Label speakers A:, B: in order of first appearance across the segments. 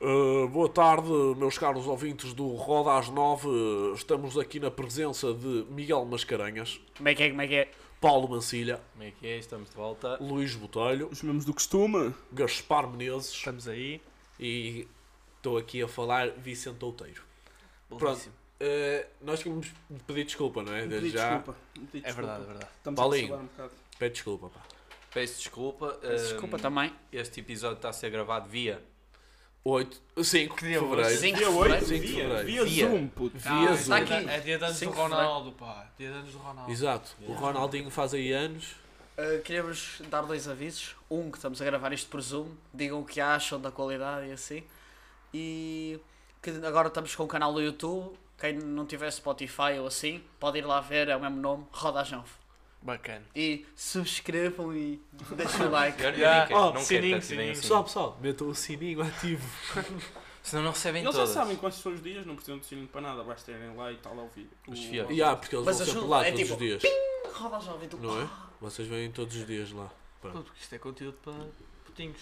A: Eh, boa tarde, meus caros ouvintes do Roda às 9. Estamos aqui na presença de Miguel Mascarenhas,
B: Como é que é, como é que é?
A: Paulo Mancilha,
C: Como é que é? Estamos de volta.
A: Luís Botelho,
D: Os mesmos do costume.
A: Gaspar Menezes
B: Estamos aí.
A: e estou aqui a falar Vicente Outeiro. Pronto,
C: Belíssimo.
A: eh, nós queremos pedir desculpa, não é? Desde
D: Pedi
A: já.
D: desculpa. pedi
C: É verdade, é
D: desculpa.
C: verdade.
D: Estamos
A: Paulinho.
D: a falar um bocado.
A: Pede desculpa, pá.
C: Peço desculpa.
B: Peço
C: hum,
B: Desculpa também.
C: Este episódio está a ser gravado via.
A: 8, 5 de fevereiro.
B: Cinco
D: Dia
B: de
D: 8,
B: fevereiro.
A: Cinco de
D: via,
A: fevereiro.
D: via,
C: Via.
D: Zoom, puto.
A: Via Zoom.
B: está aqui.
C: É dia de anos do
B: Cinco de
C: Ronaldo, pá. Dia de anos do Ronaldo.
A: Exato, o Ronaldinho faz aí anos.
E: Uh, Queria-vos dar dois avisos. Um, que estamos a gravar isto por Zoom. Digam o que acham da qualidade e assim. E que agora estamos com o canal do YouTube. Quem não tiver Spotify ou assim, pode ir lá ver. É o mesmo nome, Roda a Janf.
B: Bacana.
E: E subscrevam e deixem o like.
C: Eu, eu
B: Yeah.
C: nem quero,
A: Oh,
C: não
B: sininho,
C: quero que ativem
B: sininho.
C: assim.
A: Pessoal, pessoal, metam o sininho ativo.
C: Senão não recebem
D: Eles já
C: todas.
D: sabem quais são os dias, não precisam de sininho para nada, basta irem lá e tal ao vídeo.
C: Os
D: O-
C: fiéis.
A: E há, porque eles
E: Mas
A: vão sempre
E: ajuda,
A: lá
E: é
A: todos os
E: tipo,
A: dias.
E: Roda a Janf. E tu-
A: Não é? Vocês vêm todos os dias lá. Pronto.
C: Porque isto é conteúdo para putinhos.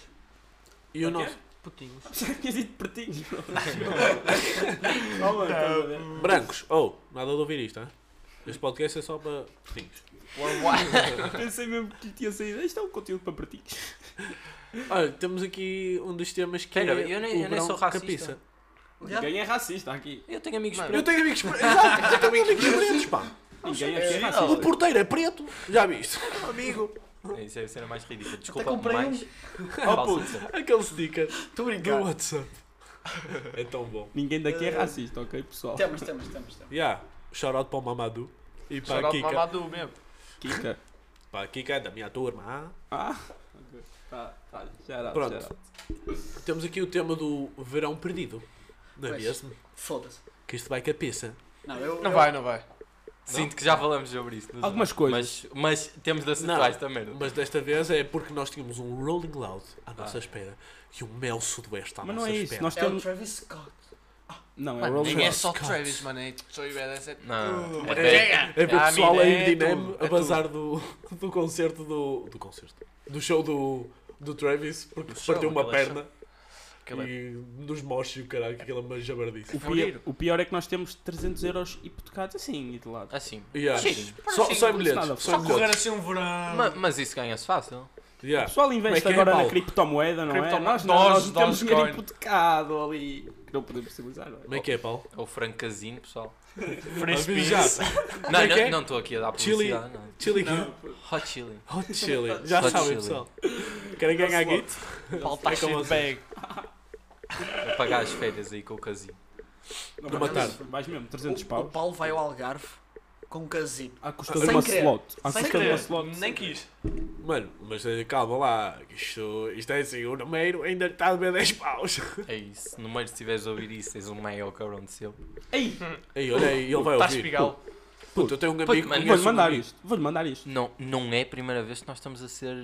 A: E o
D: Para quê?
A: nosso.
C: Putinhos.
D: Já tinha dito pertinho. Não, mano, estás a ver?
A: Brancos, ou, oh, nada de ouvir isto, hein? Este podcast é só para. Tins.
D: Pensei mesmo que lhe tinha saído. Isto é um conteúdo para pertinhos.
A: Olha, temos aqui um dos temas que.
C: Pera,
A: é
C: eu nem-
A: o
C: eu nem
A: verão
C: sou racista.
A: Capiça.
E: Yeah.
D: Ninguém é racista aqui.
C: Eu tenho amigos
A: Eu
C: pretos.
A: tenho amigos pretos. Exato, eu tenho amigos pretos, pá.
D: Ninguém aqui é
A: O
D: racista.
A: porteiro é preto. Já viste? Amigo.
C: Isso é a cena mais ridícula. Desculpa,
E: comprei um
C: mais.
D: Oh,
C: Falso
D: puto.
C: dizer.
A: Aquele sticker
E: Estou a
A: do
E: brincar.
A: WhatsApp. É tão bom.
D: Ninguém daqui é racista, ok, pessoal?
E: Temos, temos, temos. temos.
A: Já, yeah. shoutout para o Mamadou. E para
C: Shout
A: a
C: out
A: Kika.
C: Mamadou mesmo.
D: Kika.
A: Para a Kika é da minha turma. ah.
D: Ah, ok. Tá, tá, já era.
A: Pronto.
D: já era.
A: Temos aqui o tema do verão perdido. Não é
E: Pois.
A: mesmo?
E: Foda-se.
A: Que isto vai capiça.
E: Não, eu,
B: Não
E: eu-
B: vai, não vai.
C: Sinto que já falamos sobre isto. nos
D: Algumas
C: outros.
D: coisas.
C: Mas, mas temos de acertar
A: Não.
C: esta merda.
A: Mas desta vez é porque nós tínhamos um Rolling Loud à
C: Ah.
A: nossa espera e um Mel Sudoeste à
D: Mas não
A: nossa
D: é isso.
A: espera.
D: Nós
E: É o
D: temos.
E: Travis Scott.
D: Não, é o
B: Mano,
D: Rolling
B: nem é
D: Loud.
B: só
A: Scott.
B: Travis, mano. É só IBDC.
E: Uh,
C: Não.
B: Mas
C: Até-
B: chega!
A: É ver o
C: Ah,
A: pessoal
C: mina,
A: aí
C: é
A: de Dinem
C: tudo,
A: a
C: é
A: bazar do, do concerto do. do concerto. do show do, do Travis porque
C: Do show,
A: partiu uma
C: aquele é show.
A: perna e nos mochos e o caralho, aquela uma jabardice.
D: O pior, o pior é que nós temos 300 euros hipotecados assim e de lado.
C: Assim.
E: é.
A: Yeah.
C: Sim.
A: Só, só em
D: nada,
A: bilhetes. Só
D: só
A: em
B: Correr
A: bilhetes.
B: assim um verão.
C: Ma- Mas isso ganha-se fácil.
D: O
A: Yeah.
D: pessoal
A: Como
D: investe
A: é que é,
D: agora na
A: Paulo?
D: criptomoeda, não é?
B: Criptomo-
D: Nós não, nós
B: Doge,
D: não temos dinheiro
B: Dogecoin.
D: hipotecado ali que não podemos utilizar. não é?
A: Como é que é, Paulo?
C: É o Frank Casino, pessoal.
A: Avisa já.
C: Não,
A: é que é?
C: não- não estou aqui a dar
A: Chili.
C: publicidade. não.
A: Chili Heat.
C: Hot chili.
A: Hot chili. Já
C: Hot
A: sabem,
C: chili.
A: pessoal. Querem ganhar
D: Nosso
A: git?
B: Falta
A: como
B: cheio de bag.
C: Vou É pagar as férias aí com o casino.
D: Não,
A: Numa
D: vais-
A: tarde.
D: Vais mesmo, 300
E: O, o
D: paus.
E: Paulo vai ao Algarve com um casino.
D: À custa de
A: Sem
D: uma
E: querer.
D: slot. À
E: Sem
D: custa de
A: é
B: é.
E: querer.
D: uma slot.
B: Nem quis.
A: Mano, mas eh, calma lá, isto, isto é assim, o número ainda está a ver 10 paus.
C: É isso. No meio, se tiveres a ouvir isso, és o maior cabrão de seu.
D: Ei,
A: Aí, olha aí, ele vai
B: Está
A: ouvir.
B: tá espigal.
A: Puto, eu tenho um
C: Puto,
A: amigo
C: mano,
A: que conhece
D: vou-lhe
A: um
D: mandar
A: amigo.
D: isto. Vou-lhe mandar isto.
C: Não, não é a primeira vez que nós estamos a ser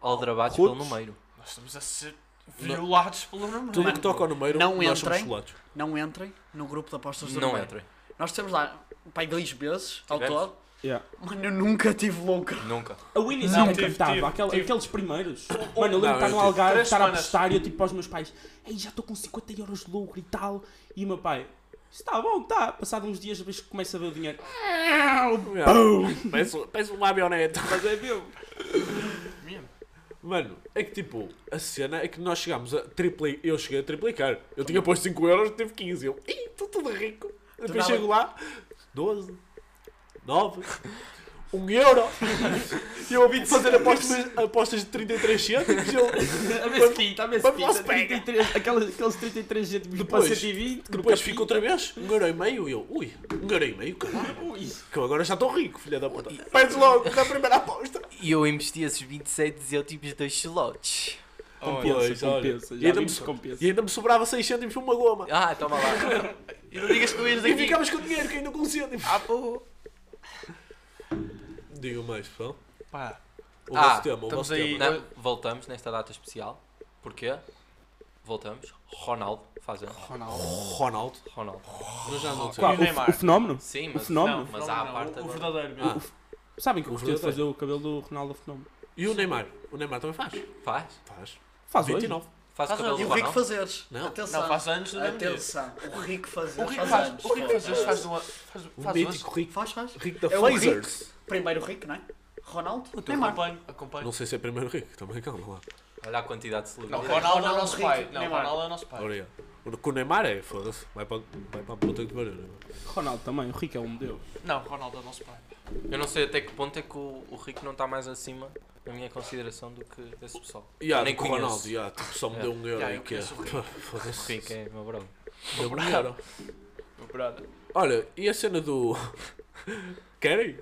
C: aldrabados
D: Rudes.
C: pelo número.
B: Nós estamos a ser violados pelo número.
A: Tudo o
B: mano.
A: que toca ao número,
E: não
A: nós somos
E: entrem.
A: chulados.
E: Não entrem no grupo de apostas do
C: Não é.
E: Numeiro.
C: entra.
E: Nós temos lá, pai, dois vezes ao
C: Tivemos.
E: todo.
D: Yeah.
E: Mano, eu nunca tive louca.
C: Nunca.
D: A Winnie's não,
B: tive, tive,
D: cantava, aquele-
B: tive.
D: aqueles primeiros.
A: Um,
D: Mano, eu
A: Não,
D: lembro de estar
A: eu
D: no
A: tive.
D: Algarve,
B: Três
D: estar a
B: semanas.
D: apostar e eu tipo para os meus pais: Ei, já estou com 50 euros de lucro e tal. E o meu pai: Está bom, está. Passado uns dias, vejo que começa a ver o dinheiro.
E: Ah,
A: Peço, peço um, uma avioneta.
D: Mas é meu.
B: Mesmo.
A: Mano, é que tipo, a cena é que nós chegámos a triplicar. Eu cheguei a triplicar. Eu tinha posto 5 euros, tive 15. Eu, ih, estou tudo rico. Depois
E: nada.
A: chego lá, 12, 9, 1 euro. E eu ouvi fazer apostas, apostas de 33 cêntimos. Eu,
D: A ver se pinta, a ver se
A: Vamos lá
D: pinta.
A: se pega.
D: 33, aquelas, aqueles 33 cêntimos para
A: Depois-
D: 120. que
A: depois
D: nunca
A: fico
D: pinta.
A: outra vez, 1 euro e meio. E eu, ui, 1 euro e meio, caralho.
D: Ui,
A: Que eu agora já estou rico, filha da puta. Perdes logo na primeira aposta.
C: E eu investi esses 27 e eu tive os dois slots.
D: compensa,
A: Pois, olha.
D: compensa.
A: E
D: Já
A: ainda
D: vimos
A: me
D: que
A: so-
D: compensa.
A: E ainda me sobrava 6 cêntimos para uma goma.
C: Ah, toma lá.
B: E não digas que tu ias
A: E
B: daqui.
A: ficavas com o dinheiro que ainda tipo. com cêntimos.
B: Ah, pô.
A: Digam mais, pessoal.
B: Pá.
A: O
C: Ah,
A: vosso tema, o
B: estamos
A: vosso
B: aí.
A: tema.
C: Não, voltamos nesta data especial. Porquê? Voltamos. Ronaldo faz anos.
B: Ronaldo.
A: Ronaldo. Ah,
C: Ronaldo.
A: Mas já não sei.
D: Qual,
B: E o
D: o,
B: Neymar?
D: o fenómeno?
C: Sim,
D: O
C: mas,
D: fenómeno?
C: mas há a parte
B: O
C: agora.
B: verdadeiro mesmo.
A: Ah,
D: Sabem que eu
A: O
D: gostaria
A: verdadeiro.
D: de fazer o cabelo do Ronaldo Fenómeno.
A: E o Neymar? O Neymar também faz?
C: Faz?
A: Faz.
D: Faz hoje.
A: 29.
C: Faz o
B: Faz
C: cabelo
B: um-
E: E
C: do
E: o Rico
C: Ronaldo.
E: Fazeres.
A: Não.
E: Atenção.
B: Não, faz anos, não lembro disso.
E: Atenção. O Rico Fazeres.
B: O Rico faz, o Rico faz,
E: anos,
B: hoje faz
E: foda-se.
B: um ano- faz,
A: O
B: faz anos.
A: mítico rico,
E: Faz, faz.
A: rico da
E: É o
A: Phasers.
E: Primeiro o Rico, não é? Ronaldo?
B: Eu te
E: Neymar.
B: acompanho, acompanho.
A: Não sei se é primeiro rico, também calma lá.
C: Olha a quantidade de
B: Não,
C: celebridades.
B: Ronaldo é o
E: Ronaldo,
B: nosso pai.
E: Rico,
B: Não,
E: Neymar.
B: Ronaldo é o nosso pai.
A: Ora, é. Com o Neymar é, foda-se, vai para, vai para a puta que pariu. né?
D: Ronaldo também, o Rico é um modelo.
B: Não, Ronaldo é o nosso pai.
C: Eu não sei até que ponto é que o, o Rico não está mais acima na minha consideração do que desse pessoal.
A: Yeah,
C: Eu nem
A: nem com o
C: conheço.
A: Ronaldo, yeah, tipo, só me
C: Yeah.
A: deu um euro
B: Yeah,
A: e
B: eu
A: que é.
B: conheço o Rico.
C: O
A: Foda-se,
C: Rico é meu brother.
A: deu-me um euro.
B: Meu brother.
A: Olha, e a cena do. Querem?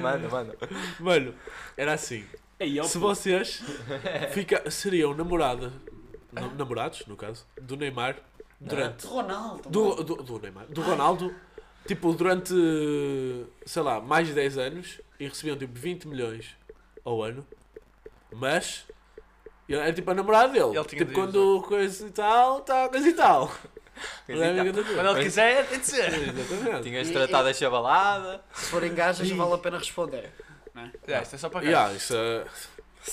C: manda, manda.
A: Mano, era assim.
D: Ei, É eu,
A: Se vocês fica, seriam namorada, na- namorados, no caso, do Neymar, durante.
E: De Ronaldo.
A: Do,
E: mano.
A: do, do Neymar, do Ronaldo, tipo, durante, sei lá, mais de 10 anos e recebiam tipo 20 milhões ao ano, mas ele era tipo a namorada dele.
B: Ele tinha
A: tipo,
B: de
A: quando coisa e tal, tal, coisa e tal. Não é amiga do
B: Quando ele
C: Mas-
B: quiser, é de ser.
A: Exatamente.
C: Tinhas
E: E-
C: tratado esta balada.
E: Se forem gajas, vale a pena responder.
B: Yeah, isto é só para gajos.
A: Yeah, isso, é-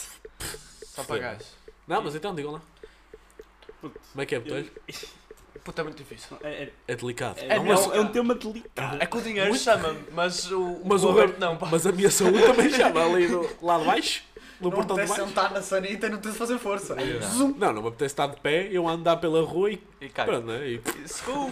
B: Só para gajos.
A: Não, mas então digam lá. Como é que é, botões?
B: Puta, é muito difícil.
D: é, é,
A: É delicado.
D: é,
B: É
D: um-
B: meu-
D: é um tema delicado.
B: É que o dinheiro chama-me, mas o,
A: Ah. Mas
B: o
A: o
B: Roberto não, pá.
A: Mas a minha saúde também chama ali do lado de baixo, no
E: Não
A: portão
E: te
A: de
E: de
A: baixo.
E: sentar na sanita e não te de fazer força.
C: Não.
A: Não, não me apetece estar de pé, eu andar pela rua e
C: E cai.
A: pronto, né? E
B: Desculpa.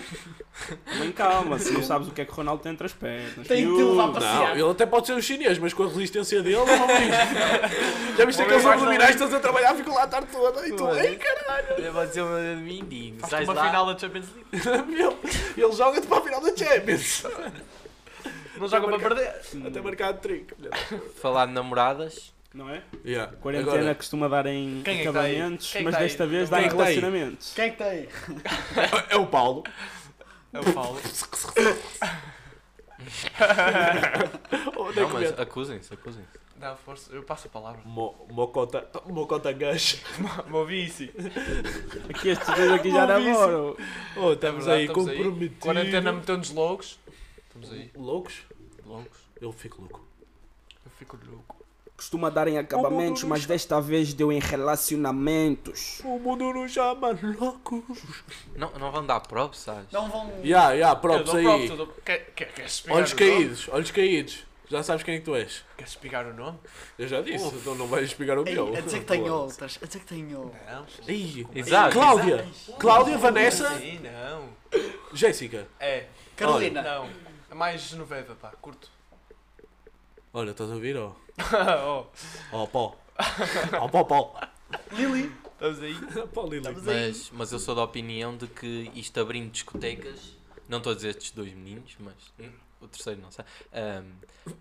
D: Bem calma, se não sabes o que é que o Ronaldo tem entre as pernas.
E: Tem que te levar
D: Miúdo.
E: para
A: Não,
E: passear.
A: ele até pode ser um chinês, mas com a resistência dele, não vi. Já viste aqueles abdominais que estás a trabalhar, ficam lá a tarde toda e tu, ei caralho,
C: Eu vou dizer uma de mendigo.
B: Faz
C: Sais
B: uma
C: lá.
B: final da Champions League.
A: meu, ele joga-te para a final da Champions.
B: Não joga para perder.
A: Até marcar de trinco.
C: Falar de namoradas.
D: Não é?
A: Yeah.
D: Quarentena
A: Agora,
D: costuma dar em
B: Quem é que tá aí?
D: acabamentos,
B: Quem é que
D: mas
B: tá aí?
D: desta vez
B: Quem
D: dá
A: é
D: em
A: que tá aí?
D: relacionamentos.
E: Quem é que está aí?
A: é o Paulo.
B: É o Paulo.
A: Onde é
C: Não,
A: que
C: mas
A: mete?
C: acusem-se, acusem-se.
B: Dá força, eu passo a palavra.
A: Mo- Mocota, Mocota Gash.
B: Movi isso.
D: Aqui estes dois aqui já
A: Não vi isso.
D: namoram.
A: Oh, estamos
B: verdade,
A: aí
B: estamos aí.
A: comprometidos.
B: Quarentena meteu-nos loucos. Estamos aí,
A: Loucos?
B: loucos.
A: Eu fico louco.
B: Eu fico louco.
D: Costuma dar em acabamentos, mas desta vez deu em relacionamentos.
A: O mundo nos chama louco.
C: Não, não vão dar props, sabes?
E: Não vão.
A: Ya, ya,
B: Eu
A: props
B: dou
A: aí.
B: props, eu dou... Quer- quer- Queres pegar
A: Olhos
B: o nome?
A: caídos, olhos caídos. Já sabes quem é que tu és.
B: Queres pegar o nome?
A: Eu já disse, então não vais pegar o
E: Ei,
A: meu.
E: a dizer que tem outras. A dizer que tem outras.
B: Não.
A: Ei,
C: Exato.
A: Cláudia, Cláudia, Vanessa,
B: Sim, não.
A: Jéssica.
B: É,
E: Carolina.
B: não. É mais Genoveva, pá, curto.
A: Olha, estás a ouvir? Ó,
B: oh,
A: oh. pó. Ó, pó, pó.
E: Lili.
B: estamos aí.
A: Pó, Lili.
C: Mas, mas eu sou da opinião de que isto abrindo discotecas, não estou a dizer estes dois meninos, mas hum, o terceiro não sei, Ahm,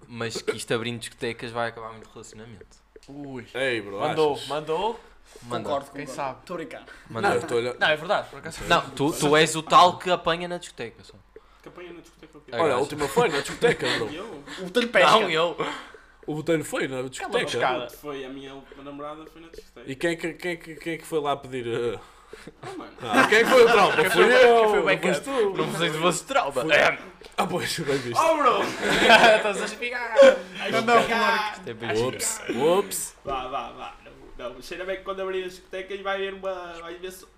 C: mas que isto abrindo discotecas vai acabar muito relacionamento.
B: Ui.
A: Ei, bro.
B: Mandou,
A: achas?
B: mandou.
C: Manda,
E: Concordo,
B: Quem
E: concordo.
B: sabe?
E: Estou a brincar.
A: Não, eu
C: manda.
A: estou a olhar.
B: Não, é verdade, por acaso.
C: Não, tu, tu és o tal que apanha na discoteca. Só.
D: Campanha na discoteca o quê?
C: É.
A: Olha, a
C: gajo.
A: última foi na discoteca, bro.
D: Eu?
E: O botelho pesca.
C: Não, eu.
A: O botelho foi na discoteca.
B: pescada.
D: Foi a minha namorada, foi na discoteca.
A: E quem é que, quem, é que- quem é que foi lá pedir? eh?
D: Ah, mano.
A: Ah, quem é que foi o tropa? Fui eu.
B: foi o
A: não foste
B: backup?
A: tu.
C: Não sei se fosse trauma.
A: Ah, pois, bem visto.
D: Oh, bro!
B: Estás a espigar.
E: Não, não,
C: É bem giro.
A: Ups, ups.
D: Vá, vá, vá. Não, não. Cheira bem que quando abrir as discotecas vai haver uma. Vai haver so-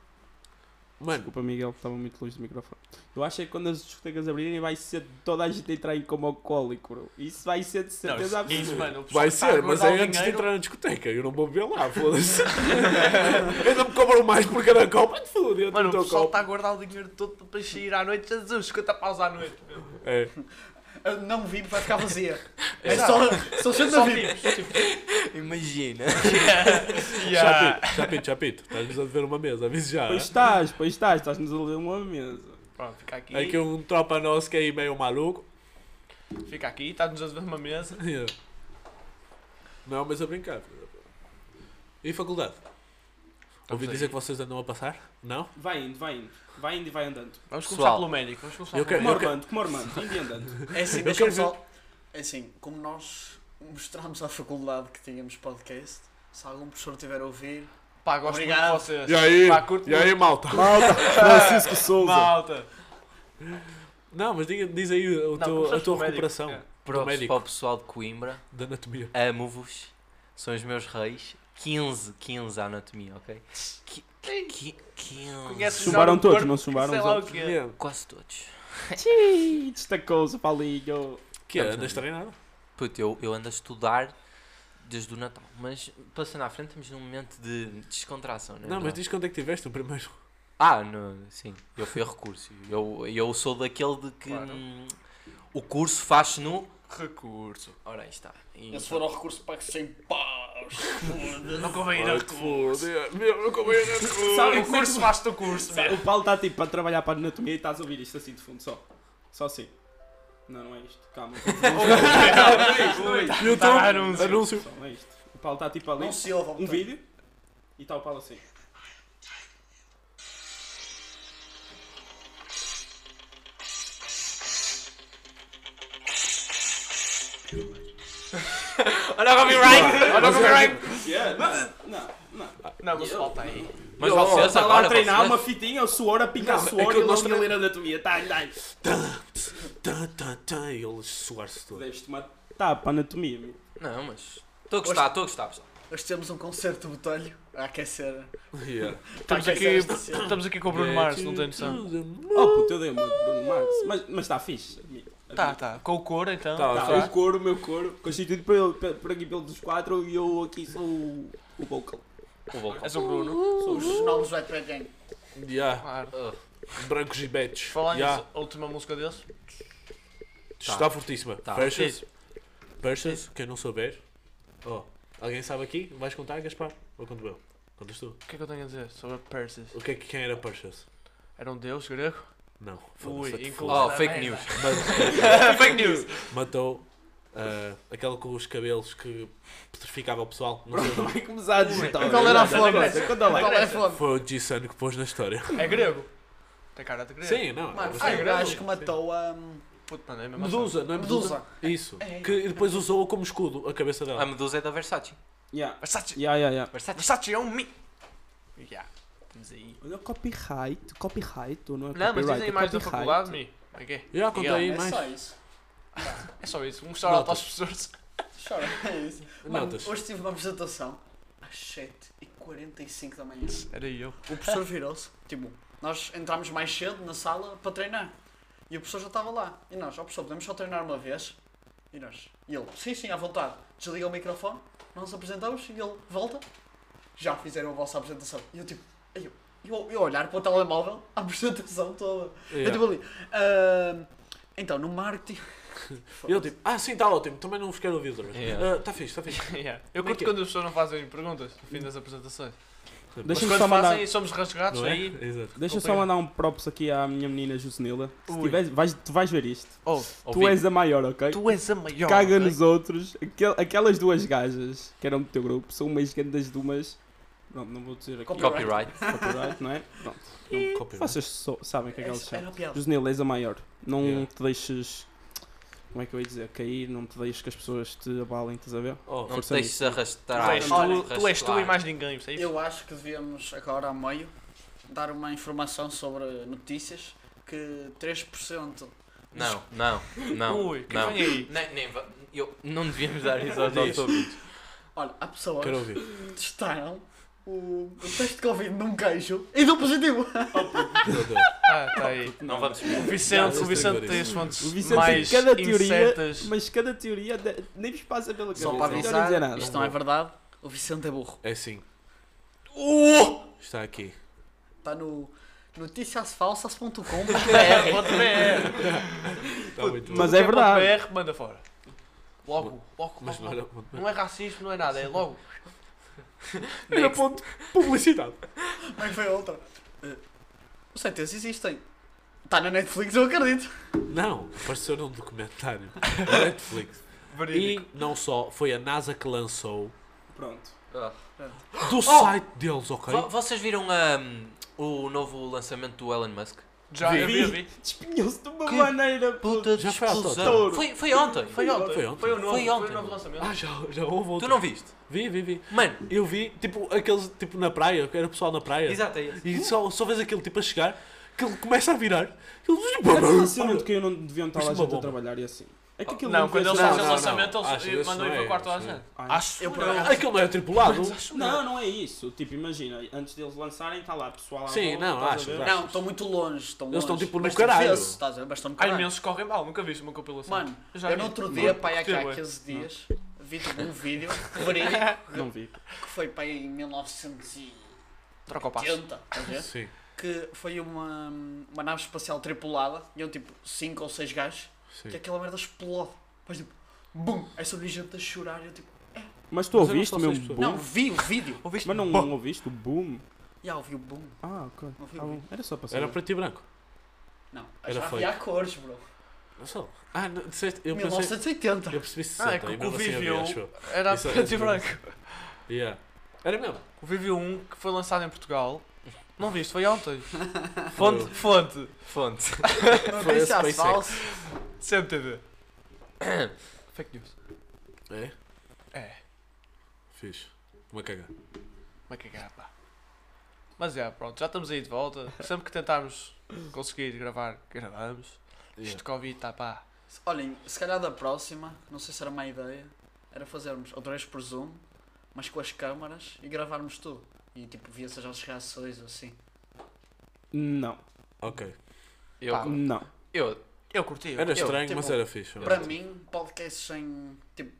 A: Mano,
D: Desculpa, Miguel, que estava muito longe do microfone. Eu acho é que quando as discotecas abrirem vai ser toda a gente entrar em como alcoólico, bro. Isso vai ser de
B: Não,
D: certeza
B: isso- isso,
D: absoluta.
B: mano, o pessoal
A: vai
B: que tá a
A: ser, mas
B: guardar
A: é
B: o
A: antes de
B: dinheiro-
A: entrar na discoteca. Eu não vou beber lá, foda-se. Ainda me cobram mais é por cada copa. Foda-se,
B: Mano,
A: eu
B: o
A: teu
B: pessoal
A: copo.
B: está a guardar o dinheiro todo para depois sair à noite. Jesus, 50 paus à noite. meu.
A: É.
E: não, não vi, vai ficar vazia. É
B: Exato.
E: só, só gente
B: Só
E: a vir.
B: tipos, tipo,
C: Imagina.
B: yeah.
A: Chapito, Chapito, Chapito, tá estás-nos a dever uma mesa, avise já.
D: Pois estás, pois estás, estás-nos a ler uma mesa.
B: Pronto, fica aqui.
A: É que um tropa nosso que é aí meio maluco.
B: Fica aqui, está-nos a ver uma mesa.
A: Yeah. Não, mas a brincar. E faculdade? Ouvi
B: aí.
A: dizer que vocês andam a passar? Não?
D: Vai indo, vai indo. Vai indo e vai andando.
B: Vamos começar
C: Pessoal.
B: pelo médico. Vamos começar
A: Eu
B: pelo
A: quero-
D: Como
B: médico.
D: ormando, como ormando, indo e andando.
E: É assim,
A: Eu
E: deixa-me
A: quero
E: só. É assim, como nós mostramos à faculdade que tínhamos podcast, se algum professor tiver a ouvir,
B: Pá, gosto
E: Obrigado.
B: muito de vocês.
A: E aí?
B: Pá, curto
A: E aí, malta?
D: Malta, Francisco Souza.
B: Malta.
A: Não, mas diga- diz aí o
B: Não,
A: teu- a
B: começamos
A: tua
B: pelo médico. é.
A: recuperação
B: Yeah.
C: Props
A: médico.
C: para o pessoal de Coimbra.
A: da anatomia.
C: Amo-vos, são os meus reis. 15, 15 a anatomia, ok? Qui- Qui- 15.
B: Conheces
D: Chumbaram
B: Jordan
D: todos,
B: Porto,
D: não chumbaram
B: um Sei
D: os
B: lá o é.
D: outros.
B: quê.
C: Quase todos.
D: Tchii, destacou-se, Paulinho.
A: Que é,
C: Estamos
A: andas
C: na-
A: treinado.
C: Puto, eu, eu ando a estudar desde o Natal. Mas passando à frente, estamos num momento de descontração, não é?
A: Não, mas
C: verdade?
A: diz quando é que tiveste o primeiro.
C: Ah, no- sim, eu fui a recurso. Eu, eu sou daquele de que
B: Claro.
C: hum, o curso faz-se no.
B: Recurso.
C: Ora, aí está. E-
E: Esse for ao recurso pago 100 paus.
B: Não convém ir a recurso.
A: Meu, não convém ir a cu.
D: Sabe
B: O
D: como é que
B: um curso faz-te o curso,
D: Sabe,
B: meu.
D: O Paulo está tipo a trabalhar para a anatomia e estás a ouvir isto assim de fundo, só. Só assim. Não, não é isto. Calma. não é isto, não é isto.
A: YouTube,
B: Tá,
A: anúncio.
B: anúncio.
D: Só não é isto. O Paulo está tipo ali,
E: Não se ouve,
D: um vídeo, e está o Paulo assim.
B: Olha o copyright! Olha o copyright!
D: Yeah, não, não, não.
B: Não, mas falta aí.
C: Mas
A: Eu-
C: vocês
B: tá
D: Está lá
C: agora.
D: a treinar uma
C: vocês-
D: fitinha, o suor a picar
A: Não, é
D: suor
A: que
D: e
A: nós
D: nós também
A: também-
D: ler anatomia. Tá, tá.
A: Tá, tá, tá. E eles suar-se todo.
D: Deves-te uma tapa anatomia, meu.
C: Não, mas. Estou a gostar, estou a gostar, pessoal.
E: Hoje temos um concerto do Botelho a aquecer.
A: Yeah.
B: Estamos
E: Tá,
B: aqui,
E: que é esta cena?
B: estamos aqui com o Bruno Mars, não tem noção.
D: Oh puto, eu dei uma de Bruno Mars. Mas, mas está fixe. admito.
B: Tá, tá. Com o cor então.
A: Tá,
D: Tá,
A: tá.
D: o couro, o meu couro, constituído por, ele- por- por aqui pelos quatro e eu aqui sou o, o vocal.
C: O vocal.
B: És o Bruno.
E: Os novos do Red Gang.
A: Yeah.
B: Claro.
C: Ah,
A: Brancos e betes.
B: Falar
A: Yeah.
B: nisso, a última música deles.
A: Está fortíssima.
C: Tá.
A: Versus. Versus, quem não souber. Oh, alguém sabe aqui? Vais contar, Gaspar? Ou conto eu? Contas tu.
B: O que é que eu tenho a dizer sobre Persis?
A: O que é que quem era Perseus?
B: Era um deus grego?
A: Não.
B: Ui,
A: foda-se, é vai-te
B: inclu-
A: foder.
C: oh, fake news.
B: Fake news!
A: Matou ah, aquele com os cabelos que petrificava o pessoal. Não sei o nome.
D: Vai começar a né? digitar.
E: Qual era a
D: Vai, vai,
E: forma?
D: vai, Conta lá.
E: Qual é a forma?
A: Foi o G-Sun que pôs na história.
B: É grego? Tem cara de grego?
A: Sim, não.
E: Mano,
A: é
E: foi
B: grande.
E: o gajo que matou a. hum,
B: Puto, mano, é mesmo
A: Medusa, não é Medusa?
E: Medusa.
A: Isso. Que depois usou como escudo a cabeça
C: A
A: dela.
C: medusa é da Versace.
D: Yeah.
B: Versace!
D: Yeah, yeah, yeah.
C: Versace.
B: Versace é um mi... Yeah. Estamos aí.
D: Olha o copyright, copyright, ou não é
B: Não, mas
D: copyright,
B: dizem
D: é
B: mais da
D: copyright.
B: faculdade, mi. Ok.
A: Já contei aí
E: É
A: mais.
E: só isso.
B: É só isso. Um shout-out
A: Notas.
B: aos professores.
E: Chora, é isso. Mano,
A: Notas.
E: hoje tive uma apresentação às 7h45 da manhã.
B: Era eu.
E: O professor virou-se. Tipo, nós entramos mais cedo na sala para treinar. E o professor já estava lá. E nós, ó professor, podemos só treinar uma vez? E nós, e ele, sim, sim, à vontade. Desliga o microfone, nós apresentamos e ele volta. Já fizeram a vossa apresentação. E eu, tipo, eu, eu, eu olhar para o telemóvel, a apresentação toda. Eu,
A: Yeah.
E: tipo, ali. "Ahm, então, no marketing.
A: Eu tipo, ah sim, está ótimo, também não vos quero ouvir outra vez.
C: Yeah.
A: Está fixe, está fixe.
B: Yeah. Eu
A: Como é que é?
B: curto quando as pessoas não fazem perguntas no fim das apresentações. Mas
D: Deixa-me
B: quando
D: só mandar...
B: fazem e somos rasgados
A: Não é?
B: aí.
A: Exato.
D: Deixa só
B: Complica.
D: mandar um props aqui à minha menina Jusnila. Se
B: Ui.
D: tiveres, vais, tu vais ver isto.
B: Oh,
C: Ouvi.
D: Tu és a maior, ok?
B: tu és a maior.
D: Caga
B: ok?
D: nos outros. Aquel- aquelas duas gajas que eram do teu grupo são umas grandes de umas. Não, não vou dizer aqui
C: Copyright.
D: copyright, não é? Pronto. Não-
A: Copyright.
D: Vocês só sabem que é que eles
E: Essa
D: são.
E: Era a piada.
D: Jusnil, és a maior. Não
A: Yeah.
D: te deixes. Como é que eu ia dizer? Cair, não te deixes que as pessoas te abalem, estás a ver?
A: Oh,
C: Não te
D: Força
C: deixes arrastar.
B: Tu Ah, és tu, tu és tu e
C: arrastar.
B: mais ninguém, percebes?
E: Eu acho que devíamos, agora a meio, dar uma informação sobre notícias que 3%
C: Não, não, não.
B: Ui, que
C: não.
B: vem aí?
C: Nem, nem va- eu, não devíamos dar isso aos
A: Diz.
C: nossos ouvintes.
E: Olha, há pessoas
A: quero ouvir.
E: que testaram o, o teste de Covid num queijo e deu positivo.
A: Meu Deus.
B: Ah, tá aí.
C: Não vamos
B: O Vicente,
A: Não,
B: o Vicente
A: não
B: tem
A: sei
B: as fontes
D: O Vicente
B: mais
D: tem cada teoria,
B: incertas.
D: mas cada teoria de- nem vos passa pela cabeça.
E: Só para
D: não quero dizer
E: avisar,
D: nada.
E: isto não é verdade, o Vicente é burro.
A: É sim, está aqui.
E: Está Tá no noticiasfalsas.com.br.
A: É.
B: BR,
A: Está muito
D: Mas
A: bom.
D: é verdade.
B: BR, manda fora. Logo, logo,
A: Mas não
B: logo, logo.
A: era ponto.
B: Não é racismo, não é nada, é logo.
A: Era ponto publicidade.
E: Mas foi outra. Eh, Os CTs existem. Está na Netflix, eu acredito.
A: Não, apareceu num documentário da Netflix. E
B: Verídico.
A: não só, foi a NASA que lançou
D: Pronto.
C: Ah.
A: do site deles, ok?
C: Vo- Vocês viram ahm, o novo lançamento do Elon Musk?
B: Já eu vi, eu vi.
D: Despinhou-se de uma
C: Que é
D: maneira, puto.
A: Já foi à
D: touro.
C: Foi, foi ontem.
B: Foi ontem.
A: Foi ontem.
B: Foi o novo,
C: Foi
B: foi o
C: ontem.
B: novo lançamento.
A: Ah, já, já houve outro.
C: Tu não viste?
A: Vi, vi, vi.
C: Mano,
A: Eu vi, tipo, aqueles, tipo, na praia, que era pessoal na praia.
C: exato, é isso.
A: E só, só vês aquilo, tipo, a chegar, que ele começa a virar. Ele...
D: Era uma cena de que eu não deviam estar lá
A: Isto é uma
D: a gente a
A: bomba.
D: trabalhar e assim. É que aquilo
B: Não, quando eles
A: Não,
D: vende-
B: fazem o
A: não,
B: lançamento,
A: não. Acho
B: eles
A: isso
B: mandam
A: não
B: ir
A: é,
B: para o quarto da
A: acho
B: gente.
D: Ai,
E: Acho eu.
B: por acaso-
A: Aquilo não é tripulado.
D: Não, não é isso. Tipo, imagina, antes deles lançarem, está lá pessoal à
A: Sim,
D: volta,
A: não,
D: estás a
A: acho,
D: ver?
A: acho.
E: Não, estão muito longe. Estão
A: Eles estão
E: longe.
A: tipo no
E: Mas, tipo,
A: caralho.
E: vê-se, estás a ver? Mas estão no
B: Há
E: caralho.
B: imensos que correm mal, nunca viste uma compilação.
E: Mano,
B: Eu já
E: eu
B: vi.
E: no outro dia,
B: Não,
E: pai, há
B: curti,
E: cá
B: bué.
E: 15 dias, vi tipo um vídeo verídico
D: Não vi.
E: que foi pai em 1980,
C: Troca o passo.
E: estás a ver?
A: Sim.
E: Que foi uma, uma nave espacial tripulada, e iam tipo 5 ou 6 gajos, que é aquela merda explode. Depois tipo, bum, é sobre gente a chorar, e eu tipo,
D: Mas tu
A: Mas eu não
D: ouviste
A: sou
D: o meu
A: seis pessoas.
D: boom?
E: não, vi o vídeo.
C: Ouviste?
D: Mas não, não ouviste o boom?
E: E ah, ouvi o bum.
D: Ah, ok.
E: Não vi
D: Tá
E: o
D: bom.
E: vídeo.
D: Era só para
A: Era
D: saber.
A: preto e branco.
E: Não,
A: Era
E: já
A: fake.
E: havia cores, bro.
A: Não sou. Ah, não, disseste, eu pensei...
E: 1980.
A: Eu percebi 60.
B: Ah, é
A: e
B: que o
A: mesmo assim
B: convívio-
A: havia, acho eu.
B: Era
A: Isso é-
B: preto
A: isso
B: e
A: é-
B: branco.
A: Yeah. Era mesmo.
B: O Vivio 1 que foi lançado em Portugal. Não viste, foi ontem. Fonte, fonte.
C: Fonte.
A: Foi esse
E: Notícias
A: SpaceX.
E: falsas.
B: CMTV. Fake news.
A: É?
B: É.
A: Fixe. Uma caga.
B: Uma cagada, pá. Mas é, pronto, já estamos aí de volta. Sempre que tentarmos conseguir gravar, gravamos. Isto
A: Yeah.
B: Covid está pá.
E: Olhem, se calhar da próxima, não sei se era má ideia, era fazermos outra vez por Zoom, mas com as câmaras e gravarmos tudo. E tipo, via-se as nossas reações ou assim.
D: Não,
A: Ok.
C: Eu,
B: Pá.
D: não.
C: eu,
B: Eu curti.
A: Era estranho,
E: tipo,
A: mas era fixe. é?
E: Para mim, podcasts sem. Tipo,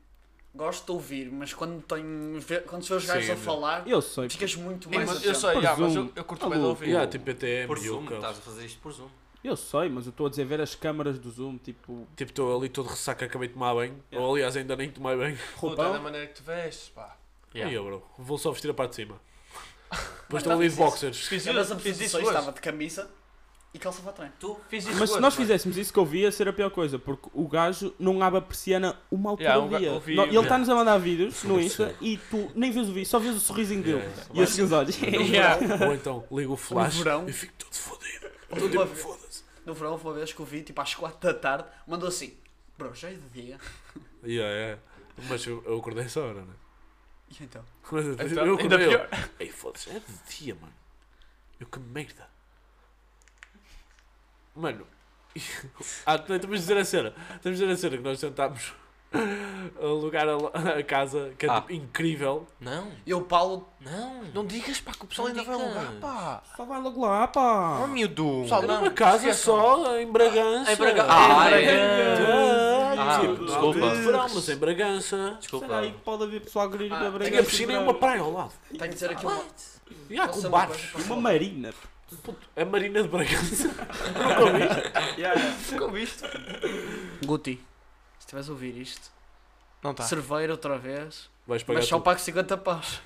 E: gosto de ouvir, mas quando tenho. ve- Quando se vê os gajos
A: Sim,
E: a
A: não.
E: falar,
D: Eu sei.
E: ficas muito
B: Eu,
E: mais.
B: mas, eu
E: atento.
B: sei, yeah, mas eu,
D: Presumo.
B: eu curto bem de ouvir.
A: Yeah, tipo PTM,
C: por
A: e o
C: Zoom,
A: Caos.
C: estás a fazer isto por Zoom.
D: Eu sei, mas eu estou a dizer ver as câmaras do Zoom, tipo,
A: Tipo, estou ali todo ressaca, acabei de tomar banho.
D: Yeah.
A: Ou aliás, ainda nem tomei banho.
B: Puta, da
D: roupão.
B: maneira que tu vestes, pá.
A: E eu, bro, vou só vestir a parte de cima. Depois
E: Mas
A: estou ali de
E: talvez isso-
A: boxers.
B: Fiz,
E: Eu nas
B: isso- fiz isso
E: apresentações
B: hoje.
E: estava de camisa e calça para trás.
B: Tu fiz isso
D: Mas se
B: hoje,
D: nós
B: mano.
D: fizéssemos isso que eu vi, ia ser a pior coisa, porque o gajo não abre a persiana uma altura
B: Yeah, um
D: do
B: ga-
D: dia.
B: eu vi-
D: No- ele
B: yeah.
D: está-nos a mandar vídeos
A: Sim,
D: no
A: sim.
D: Insta e tu nem vês o vídeo, só vês o
B: um
D: sorrisinho dele.
A: Yeah.
D: E assim os olhos.
E: No
B: Yeah.
E: verão,
A: Ou então ligo o flash
E: verão.
A: e fico todo fodido.
E: Uma
A: Todo tipo,
E: vez-
A: foda-se.
E: no verão, houve uma vez que eu vi, tipo, às 4 da tarde, mandou assim: Bro, já é de dia.
A: Yeah, yeah. Mas eu, eu acordei essa hora, né?
E: E então?
A: Mas eu,
B: Então,
A: eu
B: ainda
A: acordei.
B: pior.
A: eu, Ei, foda-se, é de dia, mano. Eu que merda. Mano. ah, t- temos de dizer a cena. Temos de dizer a cena que nós tentámos alugar a, la- a casa, que é
C: Ah.
A: tipo, incrível.
C: Não,
E: E o Paulo,
C: não.
B: Não digas, pá, que o pessoal
C: Não
B: ainda vai
C: digas.
B: alugar, pá.
D: Só vai logo lá, pá.
C: Oh, miúdo.
B: Pessoal,
A: Era
B: não,
A: uma casa
B: esqueçam.
A: só em Bragança.
C: Em Braga-
B: Ah,
C: Ah,
B: é.
A: Bragança.
C: Ah,
A: Tipo,
C: desculpa.
A: não, de verão, mas em Bragança.
C: Desculpa.
D: Será aí que pode haver pessoal a querer ir
E: Ah,
D: para
E: tem
D: assim,
A: Tem é a
D: Bragança
A: piscina e
D: de
A: uma
D: verão?
A: praia ao lado.
E: tenho de dizer
B: Ah.
E: aqui uma,
A: E há Ah,
E: posso
A: com
E: dizer uma
A: bares.
E: coisa para
D: Uma
E: falar?
D: marina.
A: Puto, é Marina de Bragança.
D: Yeah, yeah.
B: Ficou visto.
E: Guti, se estiveres a ouvir isto,
B: Não tá. está.
E: cerveira outra vez,
A: Vais pagar
E: mas só tá,
A: tudo.
E: pago 50 paus.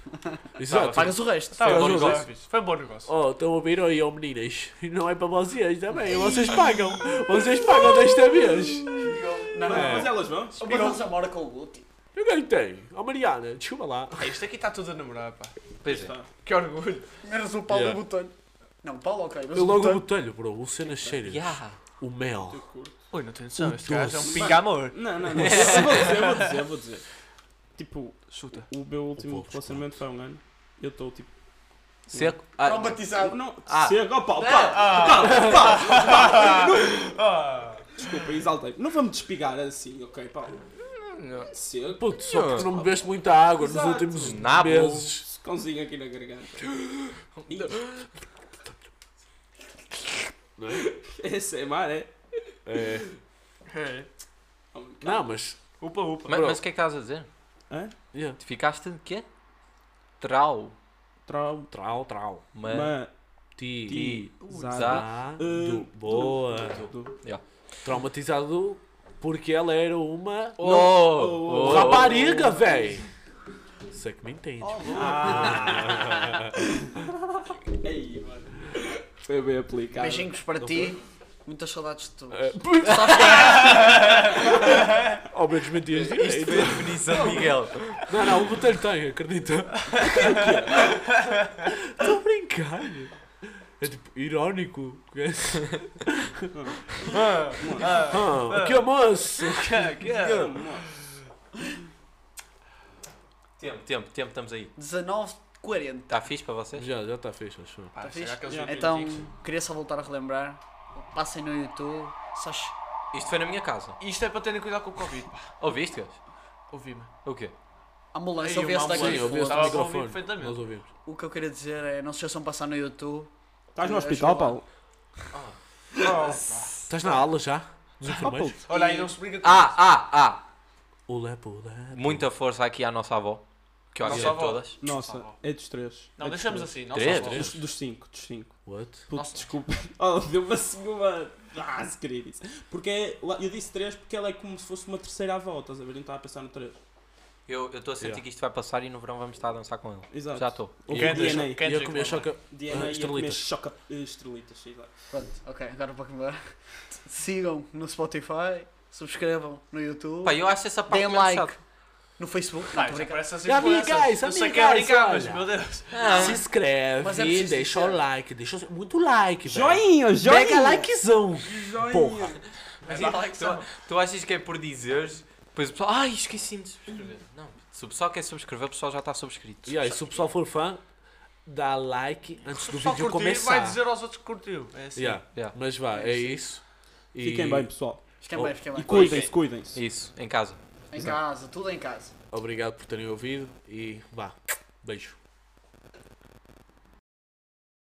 A: Exato.
E: Pagas o resto.
B: Foi um bom
A: Foi um bom
B: negócio. Foi um bom negócio.
A: Oh, estão a ouvir aí, oh meninas. E Não é para vocês também. Vocês pagam. Vocês pagam desta vez.
E: Não, não,
D: Mas
E: mas é.
D: elas vão?
E: Mas não se namora com o Guti.
A: E o que é que tem? Oh Mariana, desculpa lá.
B: Ah, Isto aqui está tudo a namorar, pá.
C: Pois é.
B: Que orgulho.
E: Menos o Paulo
A: Yeah.
E: e o Botelho. Não, Paulo ok, mas
A: Eu
E: o
A: logo o
E: Botelho.
A: botelho, bro. O cenas cheiras.
C: Yeah.
A: O mel.
B: Ui, não tenho noção. Este
A: doce.
B: gajo é um pinga-amor.
D: Não, não, não. Eu vou dizer, eu vou dizer, eu vou dizer. Tipo,
B: Chuta.
D: o meu último
A: Poucos,
D: relacionamento foi há um ano. Eu estou tipo.
C: Seco. Ah,
E: Traumatizado.
D: Não,
C: Ah.
D: chega, ó pau, pau, pau,
B: Ah,
D: Desculpa, exaltei. Não vamos despigar assim, ok, pau.
C: não.
D: Chega.
A: Puto, só porque não bebeste muita água nos
D: Exato.
A: últimos
C: Nabo.
A: meses.
D: Secãozinho aqui na garganta.
A: Não é?
D: Esse é mar, é?
A: É.
B: é.
A: Não, mas.
B: Upa, upa.
C: Mas,
A: Bro.
C: mas o que é que estás a dizer?
D: Hã?
A: Yeah.
C: Tu ficaste de quê? Trau.
D: Trau,
A: Trau, trau.
C: Mas.
D: ma,
A: Ti.
D: ti, zado.
A: Zado.
D: Uh,
A: Boa.
D: do-
A: Traumatizado porque ela era uma.
C: Oh, oh,
D: oh,
C: oh,
A: Rapariga, véi! Você que me entende.
D: Ei, mano. Foi bem aplicado.
E: Beijinhos para ti, muitas saudades de tu.
A: É. Ao menos mentias
C: Isto foi a definição de Miguel.
A: Não, não, o botelho tem, acredita. Estou a brincar. É tipo, irónico.
B: Ah, ah,
A: Ah, que moço!
B: que- que-
C: Tempo, tempo, tempo, estamos aí.
E: 19h40.
C: Está fixe para vocês?
A: Já, tá já está fecho, acho. eu.
B: Pá,
E: fixe?
B: será que eles
D: Yeah.
B: viram
E: Então,
B: ticos?
E: queria só voltar a relembrar. Passem no YouTube. Só ch-
C: Isto foi na minha casa.
B: Isto é para terem cuidado com o Covid, pá.
C: Ouviste, gajo?
B: Ouvi-me.
C: O quê?
E: A ambulância
B: Ei,
E: ouvia-se
B: uma
A: Sim,
E: daqui.
B: ambulância.
A: eu ouvi esse
E: foda-se.
B: Estava a ouvir
A: microfone.
B: perfeitamente.
A: Nós ouvimos.
E: O que eu queria dizer é, não se esqueçam de passar no YouTube.
D: Estás no
E: Eu
D: hospital,
E: acho que
D: Paulo? Oh,
A: Estás na aula já? Dos
D: pá,
A: enfermeiros?
D: Ah, puto.
B: Olha aí, não se briga com
C: Ah, ah, ah!
A: O lepo, o lepo.
C: Muita força aqui à nossa avó. Que eu acho que
B: Nossa
C: é de
B: avó.
C: todas.
D: Nossa, é dos três.
B: Não,
D: é dos
B: deixamos
D: três.
B: assim. Não
C: Três,
B: só
A: três.
B: vós.
D: Dos, dos cinco, dos cinco.
A: What?
D: Puto,
B: Nossa.
D: desculpa. Oh, deu-me assim uma. Ah, se queria disso. Porque é- lá- eu disse três porque ela é como se fosse uma terceira avó, estás a ver? Eu não estava a pensar no três.
C: Eu estou a sentir
A: Yeah.
C: que isto vai passar e no verão vamos estar a dançar com ele.
D: Exato. é
C: Já estou.
D: Ou
A: E
D: com
A: quem
B: Kendrick-
D: DNA.
A: E eu
B: Kendrick
A: comia
B: Lamar.
A: choca.
D: DNA e a comer
A: estrelitas.
D: choca. eh, Estrelitas, sei lá.
E: Pronto, ok, agora para acabar. Sigam no Spotify, subscrevam no YouTube,
C: Pá, eu Ah, acho essa parte
B: um
E: deem
C: menos
E: like
C: chata.
E: no Facebook. Não,
B: Não,
E: tô
B: isso
E: brincando.
B: parece assim.
A: Já vi, guys,
B: Eu sei
A: amigo,
B: que é
A: guys,
B: brincar, mas
A: olha.
B: meu Deus.
A: Se
E: Mas
A: inscreve,
E: é preciso
A: deixa o
E: dizer.
A: like, deixa o- muito like, velho.
D: Joinha, joinha!
A: Mega likezão.
D: Joinha!
A: Porra.
C: Mas
B: Mas dá like
C: tu, tu achas que é por dizeres? Depois o pessoal, ai, esqueci-me de subscrever. Não, se o pessoal quer subscrever, o pessoal já está subscrito.
A: E aí, se o pessoal for fã, dá like antes
B: Se o
A: do
B: pessoal
A: vídeo
B: curtir, vai
A: começar.
B: dizer aos outros que curtiu. É assim.
A: Yeah.
C: Yeah.
A: Mas vá, é isso. E-
D: Fiquem bem, pessoal.
E: Fiquem
C: Oh,
E: bem, fiquem
D: E
E: bem.
D: cuidem-se, cuidem-se.
C: Isso, em casa.
E: Em casa, tudo em casa.
A: Obrigado por terem ouvido e vá. Beijo.